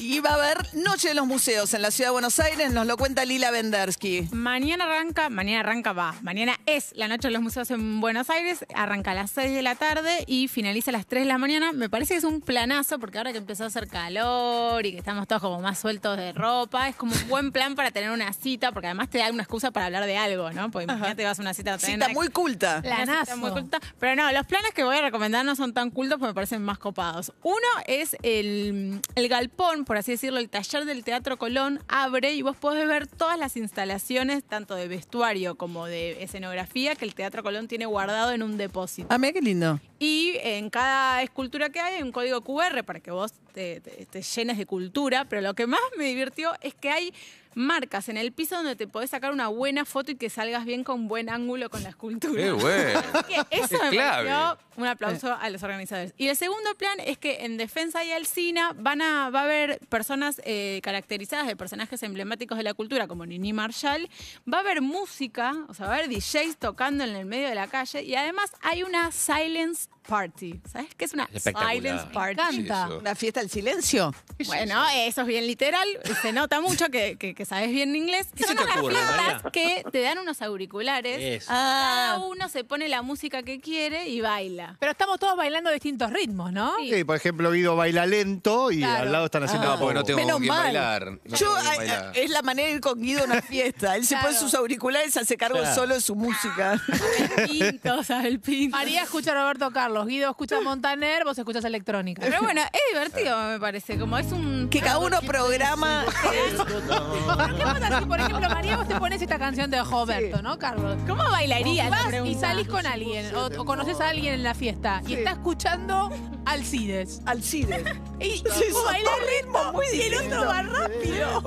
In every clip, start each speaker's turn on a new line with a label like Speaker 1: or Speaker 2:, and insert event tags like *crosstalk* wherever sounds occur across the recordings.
Speaker 1: Y va a haber Noche de los Museos en la Ciudad de Buenos Aires, nos lo cuenta Lila Vendersky.
Speaker 2: Mañana arranca, mañana arranca, va. Mañana es la noche de los museos en Buenos Aires. Arranca a las 6 de la tarde y finaliza a las 3 de la mañana. Me parece que es un planazo porque ahora que empezó a hacer calor y que estamos todos como más sueltos de ropa, es como un buen plan para tener una cita porque además te da una excusa para hablar de algo, ¿no? Porque imagínate vas a una cita también.
Speaker 1: Cita muy culta.
Speaker 2: Una cita
Speaker 3: Planazo.
Speaker 2: muy culta. Pero no, los planes que voy a recomendar no son tan cultos porque me parecen más copados. Uno es el, el galpón, por así decirlo, el taller del Teatro Colón abre y vos podés ver todas las instalaciones, tanto de vestuario como de escenografía, que el Teatro Colón tiene guardado en un depósito.
Speaker 1: Ah, mira qué lindo.
Speaker 2: Y en cada escultura que hay hay un código QR para que vos te, te- te llenes de cultura. Pero lo que más me divirtió es que hay marcas en el piso donde te podés sacar una buena foto y que salgas bien con buen ángulo con la escultura. *laughs*
Speaker 4: ¡Qué bueno!
Speaker 2: Así que eso
Speaker 4: *laughs* Es
Speaker 2: me
Speaker 4: clave. Eh.
Speaker 2: pareció un aplauso a los organizadores. Y el segundo plan es que en Defensa y Alcina van a, va a haber personas eh, caracterizadas de personajes emblemáticos de la cultura, como Nini Marshall. Va a haber música, o sea, va a haber DJs tocando en el medio de la calle. Y además hay una Silence Party. ¿Sabes qué es una
Speaker 4: Espectacular.
Speaker 2: Silence
Speaker 4: Me
Speaker 2: Party?
Speaker 3: encanta.
Speaker 4: eso.
Speaker 1: Una fiesta del silencio.
Speaker 2: Bueno, eso es bien literal, se nota mucho que, que, que sabes bien inglés.
Speaker 4: ¿Qué se
Speaker 2: Son
Speaker 4: te
Speaker 2: unas
Speaker 4: ocurre,
Speaker 2: fiestas
Speaker 4: María?
Speaker 2: que te dan unos auriculares.
Speaker 4: Eso.
Speaker 2: Cada
Speaker 1: Ah.
Speaker 2: uno se pone la música que quiere y baila.
Speaker 3: Pero estamos todos bailando distintos ritmos, ¿no?
Speaker 2: Sí.
Speaker 5: Sí, por ejemplo, Guido baila lento y
Speaker 3: Claro.
Speaker 5: al lado están haciendo.
Speaker 4: No, porque no tengo
Speaker 1: Menos
Speaker 4: con quién
Speaker 1: mal.
Speaker 4: bailar. No
Speaker 1: Yo,
Speaker 4: tengo con quién
Speaker 1: ay, eh,
Speaker 4: bailar.
Speaker 1: es la manera de ir con Guido a *laughs* una fiesta. Él se
Speaker 3: Claro.
Speaker 1: pone sus auriculares, se hace cargo solo de su *laughs* música.
Speaker 2: El pinto, o sea, el pinto.
Speaker 3: María escucha a Roberto Carlos, Guido escucha a Montaner, vos escuchas electrónica.
Speaker 2: Pero bueno, es divertido, me parece. Como es un.
Speaker 1: Que cada uno *laughs* programa.
Speaker 3: ¿Por *laughs* qué pasa así? Por ejemplo, María, vos te pones esta canción de Roberto, ¿no, Carlos?
Speaker 2: ¿Cómo bailarías?
Speaker 3: Vas y salís con alguien, o, o conoces a alguien en la fiesta, y está escuchando Alcides.
Speaker 1: Al cine.
Speaker 3: Y
Speaker 1: Sí,
Speaker 3: vos
Speaker 1: son
Speaker 3: bailás
Speaker 1: dos ritmos muy
Speaker 3: y el
Speaker 1: distintos.
Speaker 3: otro va
Speaker 1: rápido.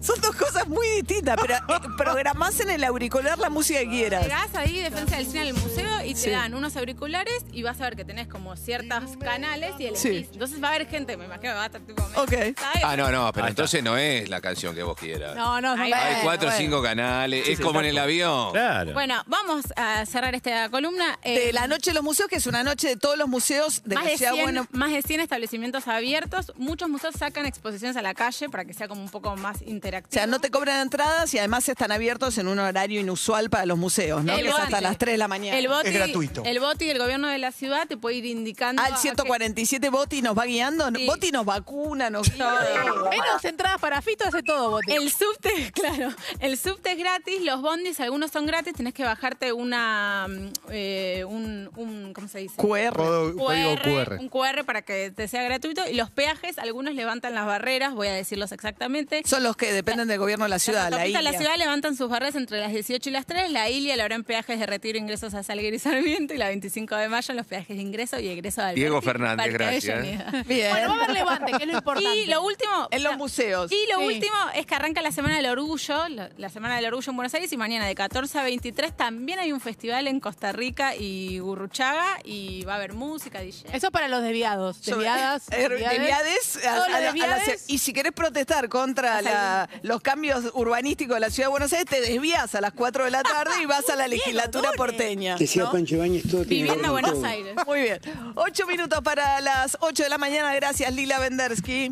Speaker 1: *laughs* Son dos cosas muy distintas, pero *laughs* eh, programás en el auricular la música que quieras.
Speaker 2: Llegás ahí, defensa del cine al museo, y te dan unos auriculares y vas a ver que tenés como ciertos canales y elegís.
Speaker 1: Sí.
Speaker 2: Entonces va a haber gente, me imagino que va a estar tipo.
Speaker 1: Ok.
Speaker 2: ¿sabes?
Speaker 4: Ah, no, no, pero entonces no es la canción que vos quieras.
Speaker 3: No, no, no.
Speaker 2: Ahí
Speaker 4: Hay
Speaker 2: Bueno,
Speaker 4: cuatro o cinco canales. es como en el avión.
Speaker 5: Claro.
Speaker 2: Bueno, vamos a cerrar esta columna. Eh,
Speaker 1: De la noche de los museos, que es una noche de todos los museos de
Speaker 2: más
Speaker 1: la
Speaker 2: de,
Speaker 1: ciudad
Speaker 2: 100,
Speaker 1: bueno.
Speaker 2: más de 100 establecimientos abiertos. Muchos museos sacan exposiciones a la calle para que sea como un poco más interactivo.
Speaker 1: O sea, no te cobran entradas y además están abiertos en un horario inusual para los museos, ¿no?
Speaker 2: El
Speaker 1: Que es hasta
Speaker 2: bondi.
Speaker 1: las 3 de la mañana.
Speaker 2: el boti,
Speaker 5: Es gratuito.
Speaker 2: El boti del gobierno de la ciudad te puede ir indicando.
Speaker 1: Al
Speaker 2: a
Speaker 1: 147 Boti nos va guiando,
Speaker 2: Sí.
Speaker 1: Boti nos vacuna, nos
Speaker 2: qué- todo.
Speaker 3: Menos entradas para Fito hace todo, bote.
Speaker 2: El subte, *laughs* claro. El subte es gratis, los bondis, algunos son gratis, tenés que bajarte una. mm, eh, un, un- ¿Cómo se dice?
Speaker 1: QR.
Speaker 5: Codo- Código QR.
Speaker 2: Un QR para que te sea gratuito. Y los peajes, algunos levantan las barreras, voy a decirlos exactamente.
Speaker 1: Son los que dependen del gobierno de la ciudad,
Speaker 2: Las
Speaker 1: la
Speaker 2: autopistas de
Speaker 1: Ilia.
Speaker 2: la ciudad levantan sus barreras entre las 18 y las 3. La ILIA lo hará en peajes de retiro, ingresos a Salguero y Sarmiento. Y la 25 de mayo en los peajes de ingreso y egreso de
Speaker 4: Diego
Speaker 2: Alberti,
Speaker 4: Fernández,
Speaker 2: Parque
Speaker 4: gracias.
Speaker 2: Avellaneda.
Speaker 1: Bien.
Speaker 3: Bueno, va a haber levante, que es lo importante.
Speaker 2: Y lo último...
Speaker 1: en los museos.
Speaker 2: Y lo
Speaker 3: Sí.
Speaker 2: último es que arranca la Semana del Orgullo, la la Semana del Orgullo en Buenos Aires y mañana de 14 a 23 también hay un festival en Costa Rica y Gurruchaga y va a haber música, DJ.
Speaker 3: Eso para los desviados,
Speaker 1: Sobre-
Speaker 2: *laughs*
Speaker 3: desviadas,
Speaker 1: Eh, desviades, a-
Speaker 3: Todos los
Speaker 1: a la- a la-
Speaker 3: desviades.
Speaker 1: y si querés protestar contra la- los cambios urbanísticos de la ciudad de Buenos Aires, te desvías a las 4 de la tarde y vas a la legislatura porteña.
Speaker 6: Decía
Speaker 1: ¿no?
Speaker 6: Pancho Ibáñez, todo tiene
Speaker 2: Viviendo
Speaker 6: que ver con
Speaker 2: Buenos
Speaker 6: todo.
Speaker 2: Aires.
Speaker 1: Muy bien. 8 minutos para las 8 de la mañana. Gracias, Lila Vendersky.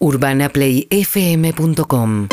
Speaker 7: UrbanaPlayFM.com